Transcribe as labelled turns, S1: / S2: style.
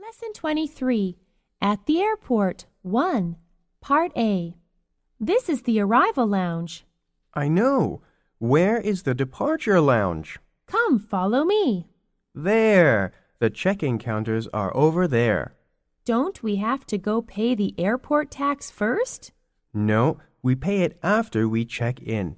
S1: Lesson 23 At the Airport 1 Part A This is the Arrival Lounge.
S2: I know. Where is the departure lounge?
S1: Come, follow me.
S2: There. The check-in counters are over there.
S1: Don't we have to go pay the airport tax first?
S2: No, we pay it after we check in.